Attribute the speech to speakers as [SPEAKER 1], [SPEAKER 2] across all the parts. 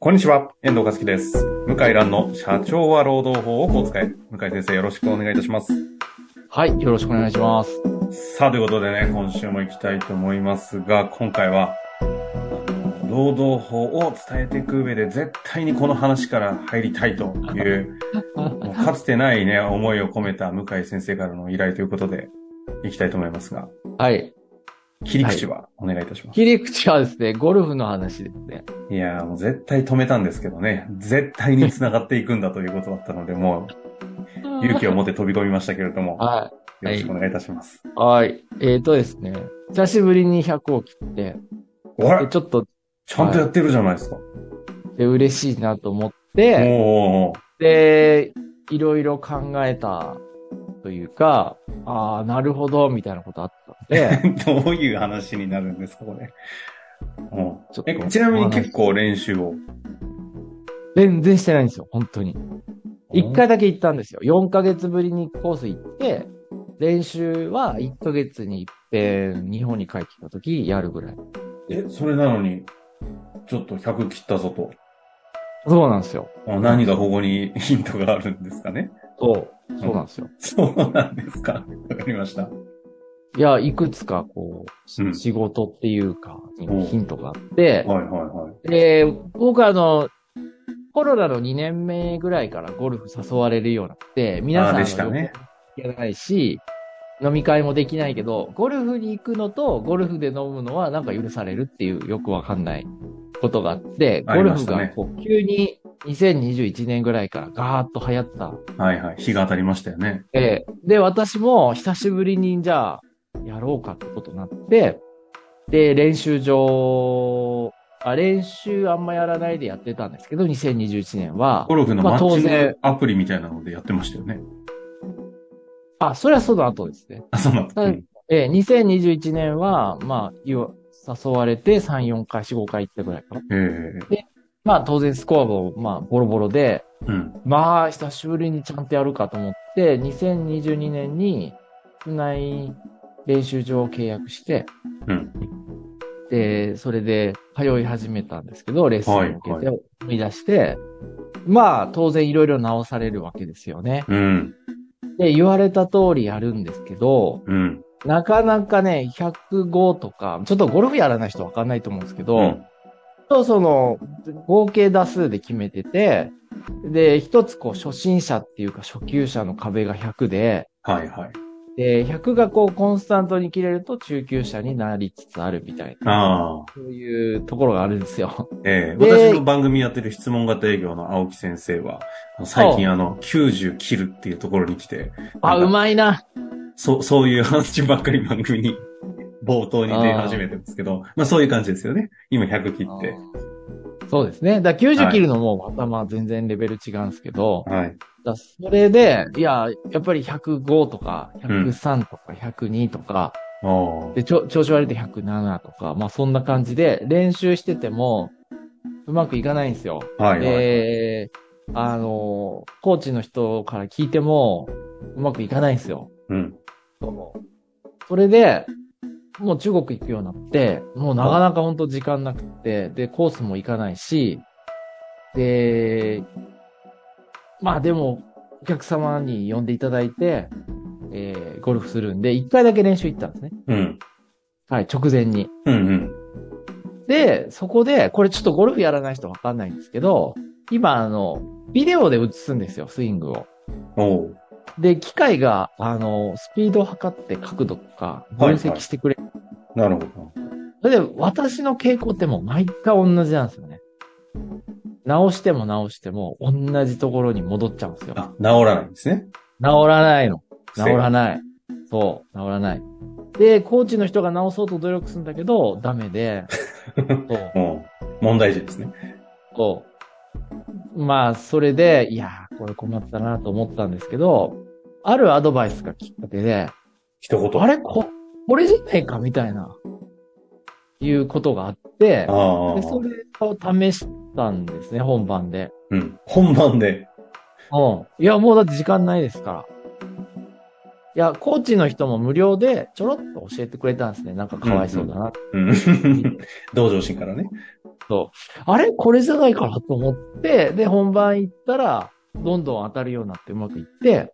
[SPEAKER 1] こんにちは、遠藤和樹です。向井蘭の社長は労働法をこう使え。向井先生、よろしくお願いいたします。
[SPEAKER 2] はい、よろしくお願い します。
[SPEAKER 1] さあ、ということでね、今週も行きたいと思いますが、今回は、あの労働法を伝えていく上で、絶対にこの話から入りたいという、もうかつてないね、思いを込めた向井先生からの依頼ということで、行きたいと思いますが、
[SPEAKER 2] はい。
[SPEAKER 1] 切り口はお願いいたします。
[SPEAKER 2] 切り口はですね、ゴルフの話ですね。
[SPEAKER 1] い、やー、もう絶対止めたんですけどね、絶対に繋がっていくんだということだったので、もう、勇気を持って飛び込みましたけれども、
[SPEAKER 2] は
[SPEAKER 1] よろしくお願いいたします。
[SPEAKER 2] い。はい。えっ、ー、とですね、久しぶりに100を切って、
[SPEAKER 1] お
[SPEAKER 2] で
[SPEAKER 1] ら
[SPEAKER 2] ちょっと
[SPEAKER 1] ちゃんとやってるじゃないですか。
[SPEAKER 2] で嬉しいなと思
[SPEAKER 1] おー
[SPEAKER 2] って、
[SPEAKER 1] おー
[SPEAKER 2] で、いろいろ考えたというか、ああ、なるほど、みたいなことあったん で、
[SPEAKER 1] おーどういう話になるんですか、これ。うん
[SPEAKER 2] ちょっと
[SPEAKER 1] えちなみに結
[SPEAKER 2] 構。
[SPEAKER 1] 構練習を。
[SPEAKER 2] 全然してないんですよ、本当に。一回だけ行ったんですよ。4ヶ月ぶりにコース行って、練習は1ヶ月に一遍日本に帰ってきた時やるぐらい。
[SPEAKER 1] え、それなのに、ちょっと100切ったぞと。
[SPEAKER 2] そうなんですよ。
[SPEAKER 1] あ何がここにヒントがあるんですかね。
[SPEAKER 2] そう。そうなんですよ。
[SPEAKER 1] そうなんですか。わかりました。
[SPEAKER 2] いや、いくつかこう、
[SPEAKER 1] うん
[SPEAKER 2] 仕事っていうか
[SPEAKER 1] うん、
[SPEAKER 2] ヒントがあって、
[SPEAKER 1] はいはいはい。
[SPEAKER 2] で、僕あの、コロナの2年目ぐらいからゴルフ誘われるようになって、皆さん
[SPEAKER 1] あー
[SPEAKER 2] の
[SPEAKER 1] でしたね
[SPEAKER 2] 旅行も行けないし、飲み会もできないけど、ゴルフに行くのとゴルフで飲むのはなんか許されるっていうよくわかんないことがあって、ゴ
[SPEAKER 1] あり
[SPEAKER 2] ル
[SPEAKER 1] ま
[SPEAKER 2] フ
[SPEAKER 1] した
[SPEAKER 2] が
[SPEAKER 1] ね
[SPEAKER 2] こう急に2021年ぐらいからガーッと流行った
[SPEAKER 1] はいはい。日が当たりましたよね。
[SPEAKER 2] ええで、私も久しぶりにじゃあ、やろうかってことになって、で、練習場、あ、練習あんまやらないでやってたんですけど、2021年は
[SPEAKER 1] ゴ。ルフの
[SPEAKER 2] ま
[SPEAKER 1] マ
[SPEAKER 2] あ
[SPEAKER 1] ッチン
[SPEAKER 2] 当然
[SPEAKER 1] グアプリみたいなのでやってましたよね。
[SPEAKER 2] あ、それはその後ですね。
[SPEAKER 1] あ、そうなんだ。
[SPEAKER 2] は
[SPEAKER 1] う
[SPEAKER 2] い
[SPEAKER 1] ん
[SPEAKER 2] ええ2021年は、まあ、要は誘われて3、4回、4、5回行ったぐらいかな。
[SPEAKER 1] ええ
[SPEAKER 2] まあ、当然スコアも、まあ、ボロボロで、
[SPEAKER 1] うん。
[SPEAKER 2] まあ、久しぶりにちゃんとやるかと思って、2022年に、室内練習場を契約して、
[SPEAKER 1] うん
[SPEAKER 2] で、それで通い始めたんですけど、レッスンを受け
[SPEAKER 1] はい
[SPEAKER 2] て思い出して、まあ、当然いろいろ直されるわけですよね。
[SPEAKER 1] うん。
[SPEAKER 2] で、言われた通りやるんですけど、
[SPEAKER 1] うん。
[SPEAKER 2] なかなかね、105とか、ちょっとゴルフやらない人わかんないと思うんですけど、
[SPEAKER 1] うん
[SPEAKER 2] と、その、合計打数で決めてて、で、一つこう、初心者っていうか初級者の壁が100で、
[SPEAKER 1] はいはい。
[SPEAKER 2] で、100がこう、コンスタントに切れると中級者になりつつあるみたいな、
[SPEAKER 1] ああ。
[SPEAKER 2] そういうところがあるんですよ。
[SPEAKER 1] ええ
[SPEAKER 2] で
[SPEAKER 1] 私の番組やってる質問型営業の青木先生は、あの最近あの、90切るっていうところに来て、
[SPEAKER 2] あ、うまいな。
[SPEAKER 1] そう、 そういう話ばっかり番組に、 冒頭に出始めてますけど、まあそういう感じですよね。今100切って。
[SPEAKER 2] そうですね。だから
[SPEAKER 1] は
[SPEAKER 2] 90
[SPEAKER 1] い
[SPEAKER 2] 切るのも頭全然レベル違うんですけど、
[SPEAKER 1] はい。
[SPEAKER 2] だそれで、いや、やっぱり105とか、103とか、102とか、
[SPEAKER 1] ああ。
[SPEAKER 2] で、ちょ、調子悪いと107とか、まあそんな感じで、練習してても、うまくいかないんですよ。
[SPEAKER 1] はいはい。
[SPEAKER 2] で、あの、コーチの人から聞いても、うまくいかないんですよ。
[SPEAKER 1] うん。
[SPEAKER 2] そのそれで、もう中国行くようになって、もうなかなか本当時間なくて、で、コースも行かないし、で、まあでも、お客様に呼んでいただいて、えーゴルフするんで、一回だけ練習行ったんですね。
[SPEAKER 1] うん。
[SPEAKER 2] はい、直前に。
[SPEAKER 1] うんうん。
[SPEAKER 2] で、そこで、これちょっとゴルフやらない人わかんないんですけど、今、あの、ビデオで映すんですよ、スイングを。
[SPEAKER 1] おう。
[SPEAKER 2] で、機械が、あの、スピードを測って角度とか分析してくれる。
[SPEAKER 1] なるほ
[SPEAKER 2] それで、私の傾向ってもう毎回同じなんですよね。直しても直しても、同じところに戻っちゃうんですよ
[SPEAKER 1] ど。。あ、治らないんですね。
[SPEAKER 2] 直らないの。
[SPEAKER 1] 癖
[SPEAKER 2] 治らない。そう、治らない。で、コーチの人が直そうと努力するんだけど、ダメで、そう
[SPEAKER 1] もう、問題児ですね。
[SPEAKER 2] そう。まあ、それで、いやー、これ困ったなと思ったんですけど、あるアドバイスがきっかけで、
[SPEAKER 1] 一言。
[SPEAKER 2] あれこ、これじゃないかみたいな、いうことがあって
[SPEAKER 1] あ、あ
[SPEAKER 2] で。それを試したんですね、本番で。
[SPEAKER 1] うん。本番で。
[SPEAKER 2] うん。いや、もうだって時間ないですから。いや、コーチの人も無料で ちょろっと教えてくれたんですね。なんかかわいそうだな。
[SPEAKER 1] うん。同情心からね。
[SPEAKER 2] そう。あれこれじゃないかなと思って、で、本番行ったら、どんどん当たるようになってうまくいって、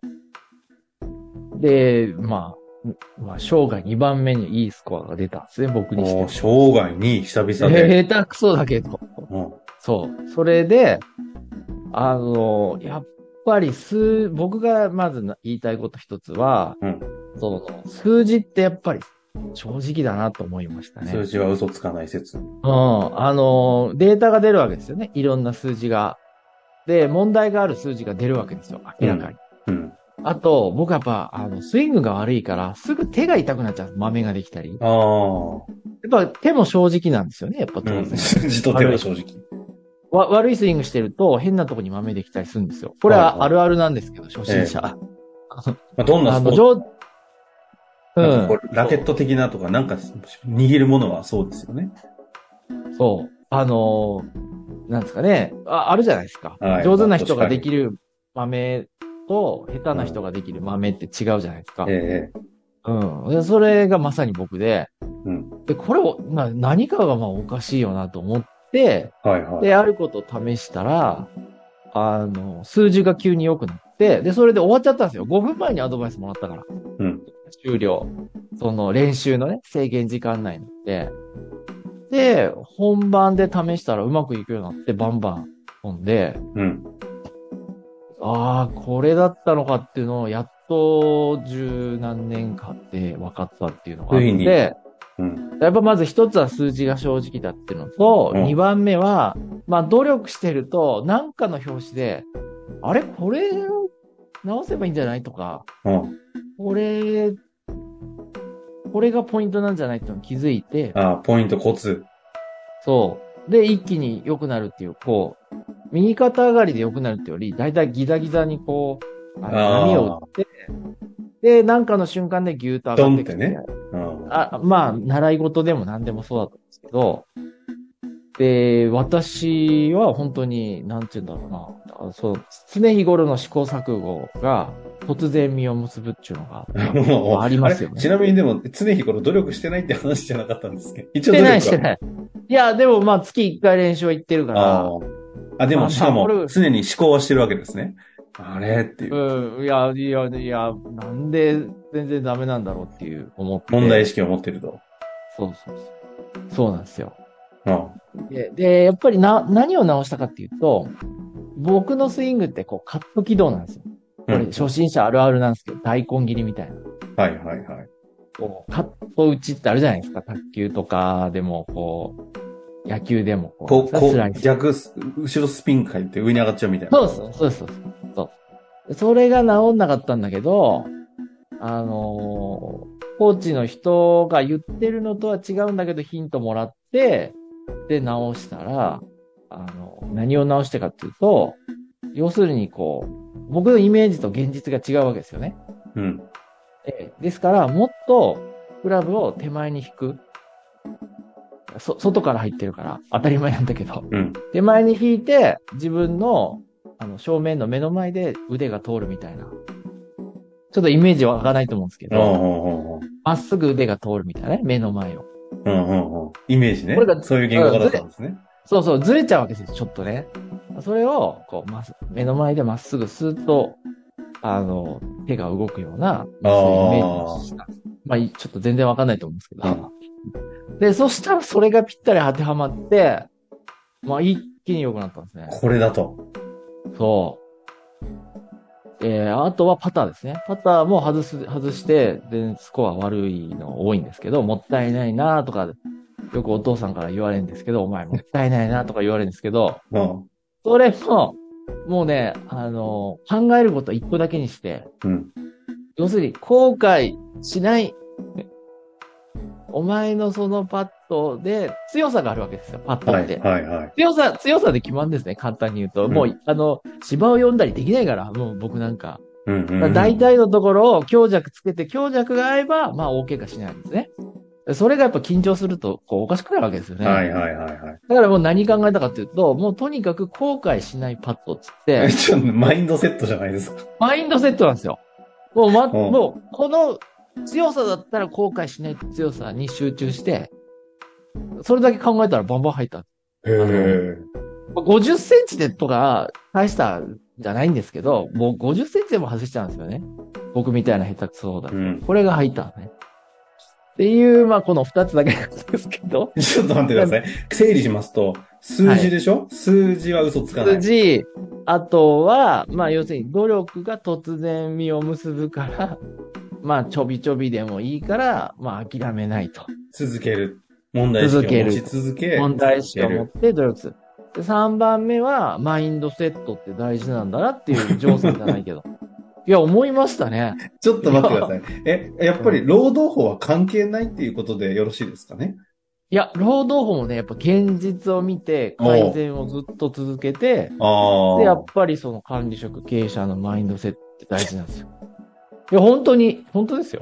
[SPEAKER 2] で、まあ、まあ、生涯2番目にいいスコアが出たんですね、僕に
[SPEAKER 1] も
[SPEAKER 2] し
[SPEAKER 1] う
[SPEAKER 2] て。
[SPEAKER 1] 生涯に久々で。
[SPEAKER 2] えー 下手くそだけど。
[SPEAKER 1] うん
[SPEAKER 2] そう。それで、あの、やっぱり数、僕がまずな言いたいこと一つは、
[SPEAKER 1] うん
[SPEAKER 2] その数字ってやっぱり正直だなと思いましたね。
[SPEAKER 1] 数字は嘘つかない説。
[SPEAKER 2] うん。あの、データが出るわけですよね。いろんな数字が。で、問題がある数字が出るわけですよ。明らかに。
[SPEAKER 1] うん。
[SPEAKER 2] あと、僕はやっぱ、あの、スイングが悪いから、すぐ手が痛くなっちゃう。豆ができたり。
[SPEAKER 1] ああ。
[SPEAKER 2] やっぱ手も正直なんですよね。やっぱ当
[SPEAKER 1] う
[SPEAKER 2] 然。
[SPEAKER 1] ん。数字と手は正直。
[SPEAKER 2] わ悪いスイングしてると、変なとこに豆できたりするんですよ。これはあるあるなんですけど、初心者。
[SPEAKER 1] まあ、どんな
[SPEAKER 2] あ
[SPEAKER 1] スポーツ
[SPEAKER 2] の、上、
[SPEAKER 1] なん
[SPEAKER 2] う
[SPEAKER 1] かこうラケット的なとか、なんか握るものはそうですよね。
[SPEAKER 2] ん、そう。あのーなんですかね。あ、あるじゃないですか。
[SPEAKER 1] はい
[SPEAKER 2] 上手な人ができる豆と、下手な人ができる豆って違うじゃないですか。
[SPEAKER 1] ええ
[SPEAKER 2] うんで。それがまさに僕で、
[SPEAKER 1] うん
[SPEAKER 2] で、これを、まあ、何かがまあおかしいよなと思って、
[SPEAKER 1] はいはい。
[SPEAKER 2] で、あることを試したら、あの、数字が急に良くなって、で、それで終わっちゃったんですよ。5分前にアドバイスもらったから。
[SPEAKER 1] うん。
[SPEAKER 2] 終了。その練習のね、制限時間内になって。で、本番で試したらうまくいくようになって、バンバン飛んで、
[SPEAKER 1] うん。
[SPEAKER 2] ああ、これだったのかっていうのを、やっと十何年かって分かったっていうのがあっ
[SPEAKER 1] ついに
[SPEAKER 2] て、
[SPEAKER 1] うん。
[SPEAKER 2] やっぱまず一つは数字が正直だっていうのと、
[SPEAKER 1] うん
[SPEAKER 2] 二番目は、まあ努力してると、なんかの表紙で、あれこれを直せばいいんじゃないとか、
[SPEAKER 1] うん。
[SPEAKER 2] これ、これがポイントなんじゃないっていうのに気づいて、
[SPEAKER 1] ああ、ポイント、コツ。
[SPEAKER 2] そう。で、一気に良くなるっていう、こう、右肩上がりで良くなるってより、だいたいギザギザにこう、あ
[SPEAKER 1] あー
[SPEAKER 2] の波を打って、で、なんかの瞬間でギューッと上がってきて、
[SPEAKER 1] ドンってねうん。
[SPEAKER 2] あ、まあ、習い事でも何でもそうだったんですけど、で、私は本当に、なんて言うんだろうな、あそう、常日頃の試行錯誤が突然実を結ぶっていうのが、
[SPEAKER 1] もう
[SPEAKER 2] ありますよね
[SPEAKER 1] あれちなみにでも、常日頃努力してないって話じゃなかったんですけど。一
[SPEAKER 2] してない、
[SPEAKER 1] は
[SPEAKER 2] してない。いや、でもまあ、月1回練習は行ってるから
[SPEAKER 1] あ、あ。あ、で
[SPEAKER 2] ま
[SPEAKER 1] も、
[SPEAKER 2] あ
[SPEAKER 1] しかも
[SPEAKER 2] まあこれ、
[SPEAKER 1] 常に思考はしてるわけですね。あれっていう。
[SPEAKER 2] うん、いや、いや、いや、なんで全然ダメなんだろうっていう思って。
[SPEAKER 1] 問題意識を持ってると。
[SPEAKER 2] そうそうそう。そうなんですよ。
[SPEAKER 1] うん。
[SPEAKER 2] で、でやっぱりな、何を直したかっていうと、僕のスイングってこうカット軌道なんですよ。こ
[SPEAKER 1] う
[SPEAKER 2] れ
[SPEAKER 1] ん
[SPEAKER 2] 初心者あるあるなんですけど、大根切りみたいな。
[SPEAKER 1] はいはいはい。
[SPEAKER 2] こうカット打ちってあるじゃないですか。卓球とかでも、こう、野球でもこう、
[SPEAKER 1] こう、こ
[SPEAKER 2] スライ
[SPEAKER 1] う、
[SPEAKER 2] ス
[SPEAKER 1] 逆す、後ろスピン回って上に上がっちゃうみたいな。
[SPEAKER 2] そうそう、そうそう、そう。それが治んなかったんだけど、あのーコーチの人が言ってるのとは違うんだけど、ヒントもらって、で、直したら、あの、何を直してかっていうと、要するにこう、僕のイメージと現実が違うわけですよね。
[SPEAKER 1] うん。
[SPEAKER 2] ええですから、もっと、クラブを手前に引く。そ、外から入ってるから、当たり前なんだけど。
[SPEAKER 1] うん。
[SPEAKER 2] 手前に引いて、自分の、あの、正面の目の前で腕が通るみたいな。ちょっとイメージ湧かないと思うんですけ
[SPEAKER 1] うんう
[SPEAKER 2] ど、
[SPEAKER 1] んうんうん。
[SPEAKER 2] まっすぐ腕が通るみたいなね、目の前を。
[SPEAKER 1] うんうんうん。イメージね
[SPEAKER 2] これが。
[SPEAKER 1] そういう言語化だったんですね。
[SPEAKER 2] そうそう、ずれちゃうわけですよ、ちょっとね。それを、こう、まっす、目の前でまっすぐスーッと、あの、手が動くような、そういうイメージにした。まあ、いちょっと全然わかんないと思うんですけど。で、そしたらそれがぴったり当てはまって、まあ、一気に良くなったんですね。
[SPEAKER 1] これだと。
[SPEAKER 2] そう。えー、あとはパターですね。パターも外す、外して、で、スコア悪いの多いんですけど、もったいないなとか、よくお父さんから言われるんですけど、お前もったいないなとか言われるんですけど、
[SPEAKER 1] うん。
[SPEAKER 2] それも、もうね、あの、考えること一個だけにして、
[SPEAKER 1] うん。
[SPEAKER 2] 要するに後悔しない。お前のそのパットで強さがあるわけですよ、パット
[SPEAKER 1] は
[SPEAKER 2] っ
[SPEAKER 1] い
[SPEAKER 2] て。
[SPEAKER 1] はいはい。
[SPEAKER 2] 強さ、強さで決まるんですね、簡単に言うと。もう、
[SPEAKER 1] う
[SPEAKER 2] あの、芝を読んだりできないから、もう僕なんか。
[SPEAKER 1] うんうん
[SPEAKER 2] だか
[SPEAKER 1] う
[SPEAKER 2] ら
[SPEAKER 1] ん。
[SPEAKER 2] 大体のところを強弱つけて、強弱が合えば、まあ大怪我しないんですね。それがやっぱ緊張すると、こう、おかしくなるわけですよね。
[SPEAKER 1] はいはいはいは
[SPEAKER 2] だからもう何考えたかっていうと、もうとにかく後悔しないパッドっつって
[SPEAKER 1] い。、ちょっとマインドセットじゃないですか。
[SPEAKER 2] マインドセットなんですよ。もうま、
[SPEAKER 1] ん
[SPEAKER 2] もう、この強さだったら後悔しない強さに集中して、それだけ考えたらバンバン入った。
[SPEAKER 1] へえ。
[SPEAKER 2] まあ50センチでとか、大したんじゃないんですけど、もう50センチでも外しちゃうんですよね。僕みたいな下手くそだと。
[SPEAKER 1] うん。
[SPEAKER 2] これが入ったのね。っていう、まあ、この二つだけなんですけど、
[SPEAKER 1] ちょっと待ってください。整理しますと、数字でしょ、数字は嘘つかな
[SPEAKER 2] 数
[SPEAKER 1] い。
[SPEAKER 2] 字、あとは、まあ、要するに努力が突然実を結ぶから、まあ、ちょびちょびでもいいから、まあ、諦めないと。
[SPEAKER 1] 続ける。問題意識を持ち続け。
[SPEAKER 2] 問題意識を持っ
[SPEAKER 1] 続
[SPEAKER 2] て努力する。で、3番目は、マインドセットって大事なんだなっていう、上手じゃないけど。 いや、思いましたね。
[SPEAKER 1] けるちょっと待ってくださ い。え、やっぱり労働法は関係ないっていうことでよろしいですかね
[SPEAKER 2] いや、労働法もね、やっぱ現実を見て、改善をずっと続けて、
[SPEAKER 1] ああ。
[SPEAKER 2] で、やっぱりその管理職経営者のマインドセットって大事なんですよ。いや、本当に、本当ですよ。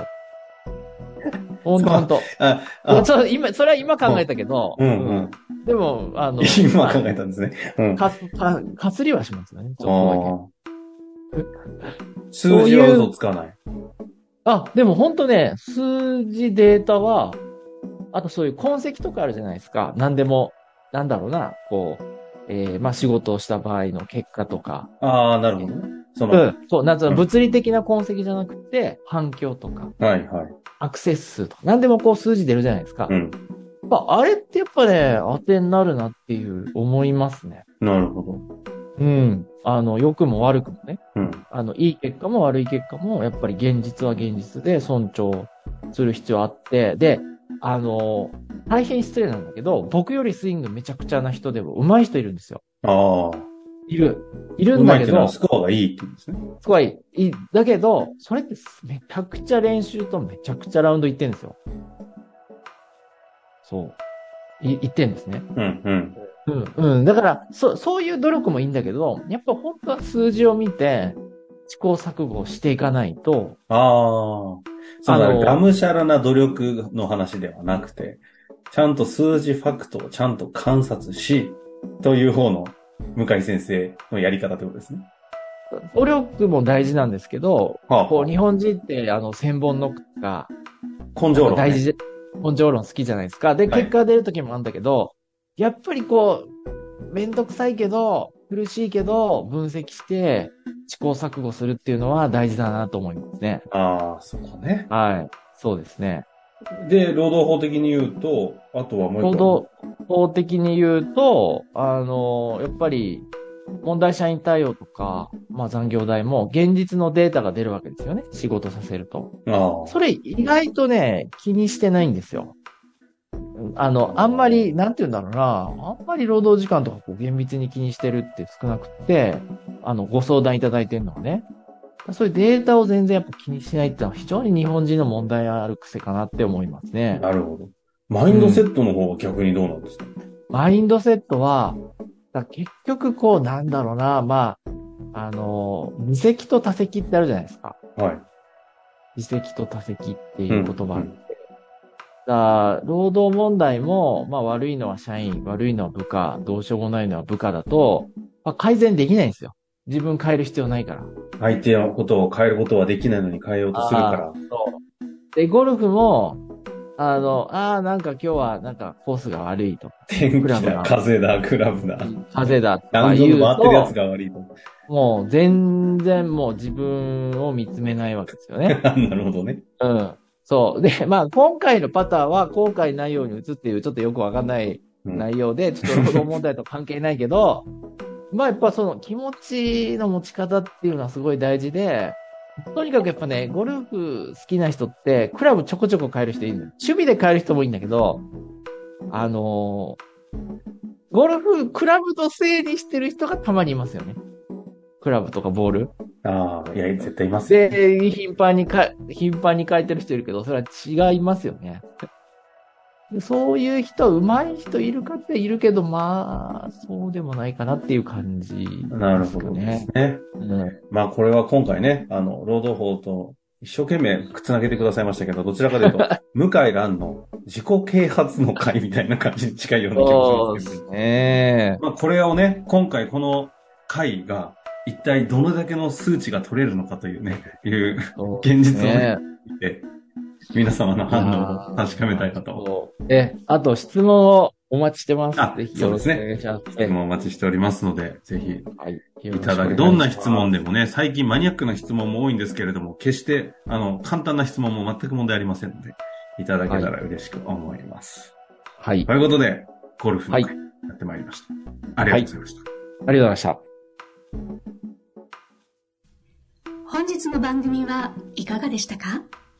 [SPEAKER 2] 本当
[SPEAKER 1] そう
[SPEAKER 2] 本当。
[SPEAKER 1] あ、
[SPEAKER 2] いや
[SPEAKER 1] あ、
[SPEAKER 2] そう今、それは今考えたけど、
[SPEAKER 1] うんうん。
[SPEAKER 2] うんでも、あの、
[SPEAKER 1] 今考えたんですね。うん。
[SPEAKER 2] かす、か、かすりはしますよね。ちょっ
[SPEAKER 1] あー数字は嘘つかない。
[SPEAKER 2] とだけ。あ、でも本当ね、数字データは、あとそういう痕跡とかあるじゃないですか。何でも、なんだろうな、こう、えー、まあ、仕事をした場合の結果とか、
[SPEAKER 1] ああ、なるほどね。そうの、
[SPEAKER 2] ん、そう、なんつう
[SPEAKER 1] う
[SPEAKER 2] の、
[SPEAKER 1] ん
[SPEAKER 2] 物理的な痕跡じゃなくて、反響とか、
[SPEAKER 1] はいはい。
[SPEAKER 2] アクセス数とか、何でもこう数字出るじゃないですか。
[SPEAKER 1] うん。
[SPEAKER 2] まあ、あれってやっぱね、当てになるなっていう思いますね。
[SPEAKER 1] なるほど。
[SPEAKER 2] うん。あの、良くも悪くもね。
[SPEAKER 1] うん。
[SPEAKER 2] あの、いい結果も悪い結果も、やっぱり現実は現実で尊重する必要あって、で、あの、大変失礼なんだけど、僕よりスイングめちゃくちゃな人でも上手い人いるんですよ。
[SPEAKER 1] ああ。
[SPEAKER 2] いる。いる
[SPEAKER 1] うんま
[SPEAKER 2] だ
[SPEAKER 1] いっ
[SPEAKER 2] け
[SPEAKER 1] ていうの
[SPEAKER 2] ど、
[SPEAKER 1] はス
[SPEAKER 2] す
[SPEAKER 1] コアがいいって言うんですね。
[SPEAKER 2] ごい、いい。だけど、それってめちゃくちゃ練習とめちゃくちゃラウンド行ってんですよ。そう。い、行ってんですね。
[SPEAKER 1] うんうん。
[SPEAKER 2] うん、うん。だから、そ、そういう努力もいいんだけど、やっぱ本当は数字を見て、試行錯誤していかないと、
[SPEAKER 1] ああ。そ
[SPEAKER 2] あ
[SPEAKER 1] の
[SPEAKER 2] の
[SPEAKER 1] がむしゃらな努力の話ではなくて、ちゃんと数字ファクトをちゃんと観察し、という方の向井先生のやり方ってことですね。
[SPEAKER 2] 努力も大事なんですけど、
[SPEAKER 1] はあ
[SPEAKER 2] こう、日本人って、あの、千本ノックとか、
[SPEAKER 1] 根性論、ね。
[SPEAKER 2] 大事じゃ、根性論好きじゃないですか。で、
[SPEAKER 1] はい
[SPEAKER 2] 結果出る時もあるんだけど、やっぱりこう、めんどくさいけど、苦しいけど、分析して、試行錯誤するっていうのは大事だなと思いますね。
[SPEAKER 1] ああ、そこね。
[SPEAKER 2] はい。そうですね。
[SPEAKER 1] で、労働法的に言うと、あとはもう一個。
[SPEAKER 2] 行動法的に言うと、あの、やっぱり、問題社員対応とか、まあ残業代も現実のデータが出るわけですよね。仕事させると。
[SPEAKER 1] ああ。
[SPEAKER 2] それ意外とね、気にしてないんですよ。あの、あんまり、なんて言うんだろうな、あんまり労働時間とかこう厳密に気にしてるって少なくって、あの、ご相談いただいてるのはね。そういうデータを全然やっぱ気にしないってのは非常に日本人の問題ある癖かなって思いますね。
[SPEAKER 1] なるほど。マインドセットの方は逆にどうなんですか、
[SPEAKER 2] マインドセットは、だから結局こうなんだろうな、まあ、あの、無責と多責ってあるじゃないですか。
[SPEAKER 1] はい。
[SPEAKER 2] 自責と多責っていう言葉あって。だから労働問題も、まあ悪いのは社員、悪いのは部下、どうしようもないのは部下だと、まあ、改善できないんですよ。自分変える必要ないから。
[SPEAKER 1] 相手のことを変えることはできないのに変えようとするから。
[SPEAKER 2] で、ゴルフも、あの、ああ、なんか今日はなんかコースが悪いとか、
[SPEAKER 1] 天気
[SPEAKER 2] クラブ
[SPEAKER 1] だ、
[SPEAKER 2] だ
[SPEAKER 1] 風だ、クラブだ。
[SPEAKER 2] 風だと
[SPEAKER 1] ラウ
[SPEAKER 2] か
[SPEAKER 1] ンド
[SPEAKER 2] 言う
[SPEAKER 1] の回ってるやつ
[SPEAKER 2] と、
[SPEAKER 1] が悪いと。
[SPEAKER 2] もう全然もう自分を見つめないわけですよ ね。
[SPEAKER 1] なるほどね。
[SPEAKER 2] うん。そう。で、まあ今回のパターは後悔ないように打つっていうちょっとよくわかんない
[SPEAKER 1] うん
[SPEAKER 2] 内容で、ちょっと労働問題と関係ないけど、まあやっぱその気持ちの持ち方っていうのはすごい大事で、とにかくやっぱね、ゴルフ好きな人って、クラブちょこちょこ変える人いるのよ趣味で変える人もいいんだけど、あのーゴルフ、クラブのせいにしてる人がたまにいますよね。クラブとかボール。
[SPEAKER 1] ああ、いや、絶対いますよ。
[SPEAKER 2] で、頻繁にか、頻繁に変えてる人いるけど、それは違いますよね。でそういう人、上手い人いるかっているけど、まあ、そうでもないかなっていう感じ、
[SPEAKER 1] なるほどですね。
[SPEAKER 2] うん。
[SPEAKER 1] まあ、これは今回ね、あの、労働法と一生懸命くっつなげてくださいましたけど、どちらかという と、向井蘭の自己啓発の会みたいな感じに近いような気がし
[SPEAKER 2] そう
[SPEAKER 1] ま
[SPEAKER 2] です
[SPEAKER 1] けど
[SPEAKER 2] す。ね。
[SPEAKER 1] まあ、これをね、今回この回が、一体どれだけの数値が取れるのかというね、いう、
[SPEAKER 2] そう
[SPEAKER 1] 現実をね
[SPEAKER 2] ね。
[SPEAKER 1] 見て皆様の反応を確かめたいなと。
[SPEAKER 2] え、あと質問をお待ちしてます
[SPEAKER 1] あ。
[SPEAKER 2] ぜひ
[SPEAKER 1] そ
[SPEAKER 2] よ
[SPEAKER 1] う
[SPEAKER 2] ろ
[SPEAKER 1] で
[SPEAKER 2] し
[SPEAKER 1] す
[SPEAKER 2] く
[SPEAKER 1] ね
[SPEAKER 2] お願いします。
[SPEAKER 1] 質問お待ちしておりますので、ぜひ
[SPEAKER 2] はい。
[SPEAKER 1] いただけ、どんな質問でもね、最近マニアックな質問も多いんですけれども、決して、あの、簡単な質問も全く問題ありませんので、いただけたら嬉しく思います。
[SPEAKER 2] はい。
[SPEAKER 1] ということで、ゴルフの会
[SPEAKER 2] は
[SPEAKER 1] やってまいりました。ありがとうございました。
[SPEAKER 2] ありがとうございました。
[SPEAKER 3] 本日の番組はいかがでしたか